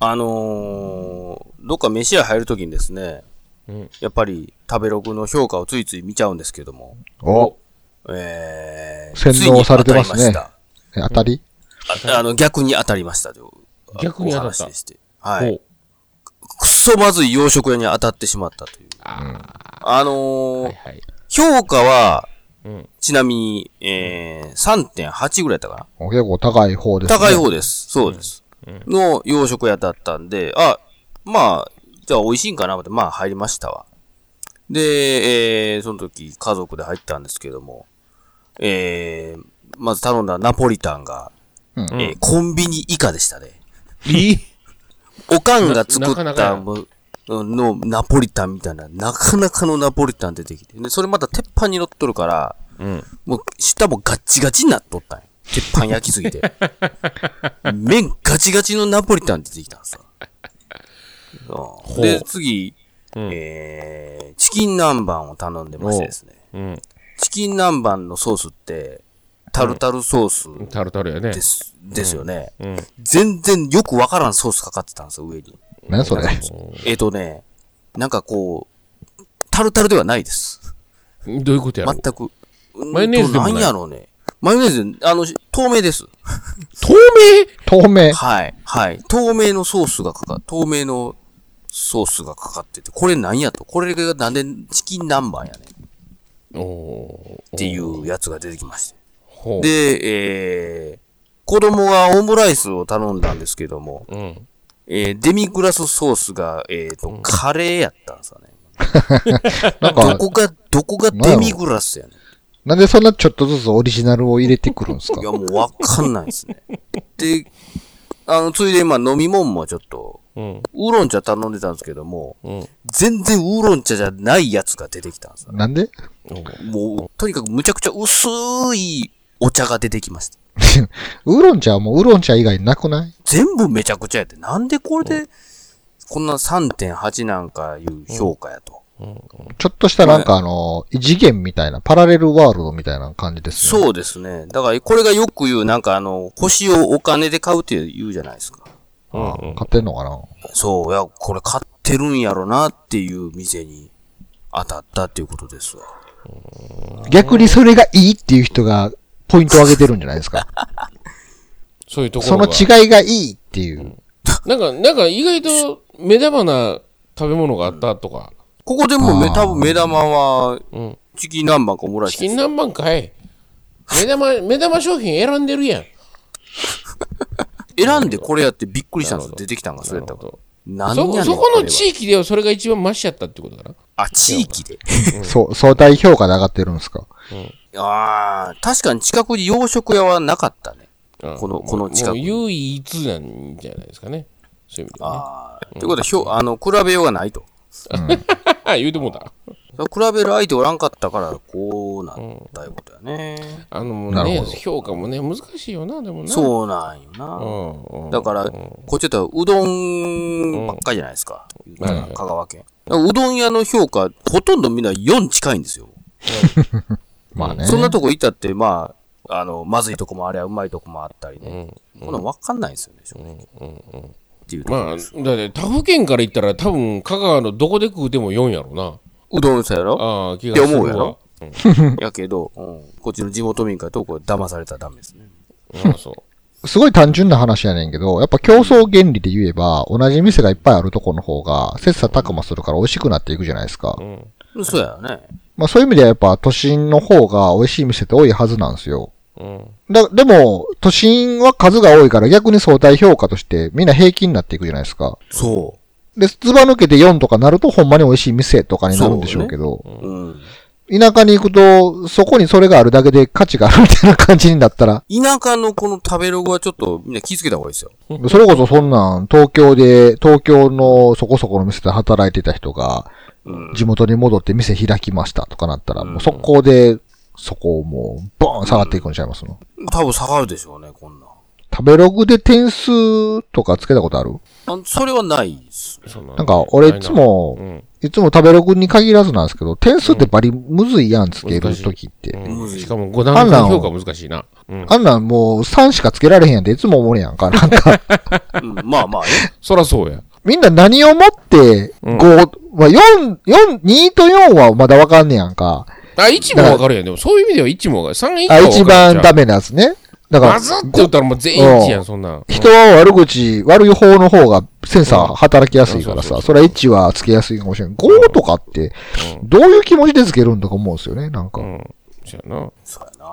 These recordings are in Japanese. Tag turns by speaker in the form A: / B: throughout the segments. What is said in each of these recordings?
A: あのーどっか飯屋入るときにですね、
B: うん
A: やっぱり食べログの評価をついつい見ちゃうんですけども、
C: お、
A: えー、
C: 洗脳されてますね
A: ついに当た
C: え当たり
A: りましたああの、逆に当たりましたというあ
B: 逆に当たった
A: お話でして。はい。
B: お
A: くそまずい洋食屋に当たってしまったという。
B: あ
A: あの
B: あ、
A: ー
B: はいはい。
A: 評価は、
B: うん。
A: ちなみに、えー、3.8ぐらいだったかな
C: お結構高い方ですね。
A: 高い方です。そうです。の洋食屋だったんで、あ、まあ、じゃあ美味しいんかなと思って、まあ入りましたわ。で、えー、その時家族で入ったんですけども、えー、まず頼んだナポリタンが、
C: うん
A: えーコンビニ以下でしたね。
B: いい
A: おかんが作っ
B: ななかなか
A: た
B: や
A: もののナポリタンみたいな、なかなかのナポリタン出てきて、でそれまた鉄板に乗っとるから、
B: うん。
A: もう、下もガッチガチになっとったんよ。鉄板焼きすぎて。麺ガチガチのナポリタン出てきたんですよ。うん
B: う
A: で、次、
B: うん
A: えー、チキン南蛮を頼んでましてですね。
B: うん。
A: チキン南蛮のソースって、タルタルソース
B: タルタルやね
A: で。す、ですよね。
B: うん。
A: 全然よくわからんソースかかってたんですよ、上に。
C: 何それ。
A: えっ、とね、なんかこう、タルタルではないです。
B: どういうことやろ
A: 全く。
B: マヨネーズでもない
A: うんとなんやろうね。マヨネーズ、あの、透明です。
B: 透
C: 透明。
A: はい。はい。透明のソースがかかっ、透明のソースがかかってて、これなんやと。これがなんでチキン南蛮やねんっ
B: 明おー
A: ていうやつが出てきまして。
B: ほう。
A: で、えー、子供がオムライスを頼んだんですけども、
B: うん。
A: えー、デミグラスソースが、えーと、カレーやったんですよね。
C: なん
A: ど
C: か、
A: こが、どこがデミグラスやねん。
C: なんでそんなちょっとずつオリジナルを入れてくるんですか
A: いや、もうわかんないですね。 で、あの、ついで、まあ、飲み物もちょっと、
B: うん。
A: ウーロン茶頼んでたんですけども、
B: うん。
A: 全然ウーロン茶じゃないやつが出てきたんですよ。
C: なんで
A: もう、とにかくむちゃくちゃ薄いお茶が出てきました。
C: ウーロン茶はもうウーロン茶以外なくない
A: 全部めちゃくちゃやって、なんでこれで、こんな3.8なんかいう評価やと。
C: ちょっとしたなんかあの、異次元みたいな、パラレルワールドみたいな感じですね。
A: そうですね。だから、これがよく言う、なんかあの、星をお金で買うって言うじゃないですか。
B: うん
C: あ買ってんのかな
A: そう、いや、これ買ってるんやろなっていう店に当たったっていうことですわ。
C: 逆にそれがいいっていう人が、ポイントを上げてるんじゃないですか。
B: そういうとこ
C: そ
B: ろ
C: の
B: が。
C: 違いがいいっていう。
B: なんか、なんか意外と目玉な食べ物があったとか。
A: ここでもめ、
C: あー
A: 多分目玉は、
B: うん。
A: チキン南蛮かオムライス
B: チキ
A: です
B: ン南蛮かい。目玉、目玉商品選んでるやん。
A: 選んでこれやってびっくりしたんですよ。
B: なるほ
A: 出
B: ど
A: てきたんが、それやったから。
B: な
A: 何
B: るほ
A: やね
B: どそ、そ
A: ん
B: この
A: れは
B: 地域ではそれが一番マシやったってことかな。
A: あ、地域で。
C: そう、相対評価で上がってるんですか。
A: ああ、確かに近くに洋食屋はなかったね。
B: うん
A: このこの近く
B: もう唯一なんじゃないですかね。そういう意味ではね。
A: ああ、ということは、ひょあの、比べようがないと。
B: あ 言うてもうた。
A: 比べる相手おらんかったから、こうなったいうことやね。
B: あのも
C: な
B: う
C: る
B: ね
C: ほど、
B: 評価もね、難しいよな、でもね。う
A: そうなんよな。
B: ん。うん
A: だから、こっちだったらうどんばっかりじゃないですか。言ったら
B: はい
A: 香川県。だからうどん屋の評価、ほとんどみんな4近いんですよ。
C: まあね。
A: そんなとこいたって、まあ、あの、まずいとこもありゃ、うまいとこもあったりね。こんなん分かんないんですよね、正直。っていうとこ
B: まあ、だって他府県から行ったら多分香川のどこで食うても4やろな。
A: うどんさやろ
B: ああ、気がするわ。
A: って思うやろやけど、うんこっちの地元民からとこれ騙されたらダメですね。
B: うんそう。
C: すごい単純な話やねんけど、やっぱ競争原理で言えば、同じ店がいっぱいあるとこの方が、切磋琢磨するから美味しくなっていくじゃないですか。
A: そうやよね。
C: まあそういう意味ではやっぱ都心の方が美味しい店って多いはずなんですよ。
B: うん。
C: だ、でも、都心は数が多いから逆に相対評価としてみんな平均になっていくじゃないですか。
A: そ
C: で、ずば抜けて4とかなるとほんまに美味しい店とかになるんでしょうけど、
A: う。うん。
C: 田舎に行くと、そこにそれがあるだけで価値があるみたいな感じになったら、
A: 田舎のこの食べログはちょっとみんな気づけた方がいいですよ。
C: それこそそんなん、東京で、東京のそこそこの店で働いてた人が、地元に戻って店開きましたとかなったら、もう速攻で、そこをもう、ボーン下がっていくんちゃいますの。
A: 多分下がるでしょうね、こんなん。
C: 食べログで点数とかつけたことある
A: あそれはないです。
B: そんな
C: なんか、俺いつ
B: う
C: も、
B: ん。
C: いつも食べログに限らずなんですけど、点数ってバリむずいやんつけるときって。
B: うん
A: むずい
B: しかも5段階評価難しいな。
C: あんなんもう3しかつけられへんやんっていつも思うやん か。なんか、
A: うん、まあまあね。
B: そらそうや。
C: みんな何をもって、
B: うん
C: 5、まあ、4、4、2と4はまだわかんねやんか。
B: あ、1もわかるやん。でも、そういう意味では1もわかる。3以
C: あ、
B: 下は
C: 一
B: 分か
C: 番
B: るんちゃう。
C: ダメなやつね。だから
B: バ、ズって言ったらもう全員1や
C: うん
B: ん、そんなん。
C: 人は悪口、悪い方の方がセンサー働きやすいから
B: う
C: さ、
B: ん
C: それは1はつけやすいかもしれん。5とかって、どういう気持ちでつけるんとか思うんですよね、なんか
B: う。ん。そうやな。
A: そうや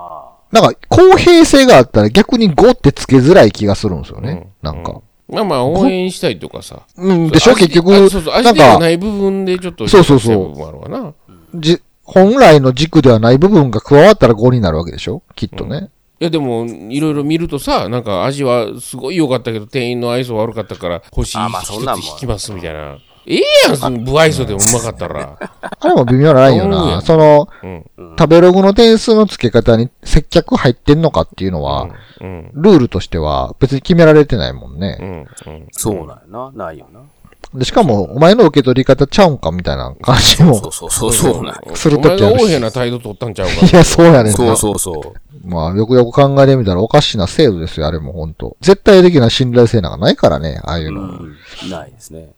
A: な。
C: なんか、公平性があったら逆に5ってつけづらい気がするんですよね、なんか。
B: まあまあ、応援したいとかさ。
C: うん、でしょ
B: 味
C: 結局、
B: あそうそう、
C: な
B: 味
C: ん
B: では
C: か、
B: ない部分でちょっと。
C: そうそうそう
B: 部分もあるわな。
C: じ、本来の軸ではない部分が加わったら5になるわけでしょきっとね。
B: いやでも、いろいろ見るとさ、なんか味はすごい良かったけど、店員の愛想悪かったから、星
A: あまあそんなん
B: 一つ
A: も
B: 引きますみたいな。ええやん、その不愛想でもうまかったら。
C: あれも微妙なラインよ
B: そう
C: な。
B: や
C: その、
B: うん。
C: 食べログの点数の付け方に接客入ってんのかっていうのは、
B: うん。
C: ルールとしては別に決められてないもん
B: う
C: ね。
B: ん。うん。
A: そうなんやな。ないよな。
C: で、しかも、お前の受け取り方ちゃうんかみたいな感じ
A: そ
C: も
A: う。そうそう、そうなんや。
C: する
B: お
C: と
B: 前
C: きあ
B: が
C: るし
B: 横柄な態度取ったんちゃうか。
C: いや、そうやねん
A: そ
C: な
A: う。そうそう。
C: まあ、よくよく考えてみたらおかしな制度ですよ、あれもほんと。絶対的な信頼性なんかないからね、ああいう
A: う
C: の。
A: ん。ないですね。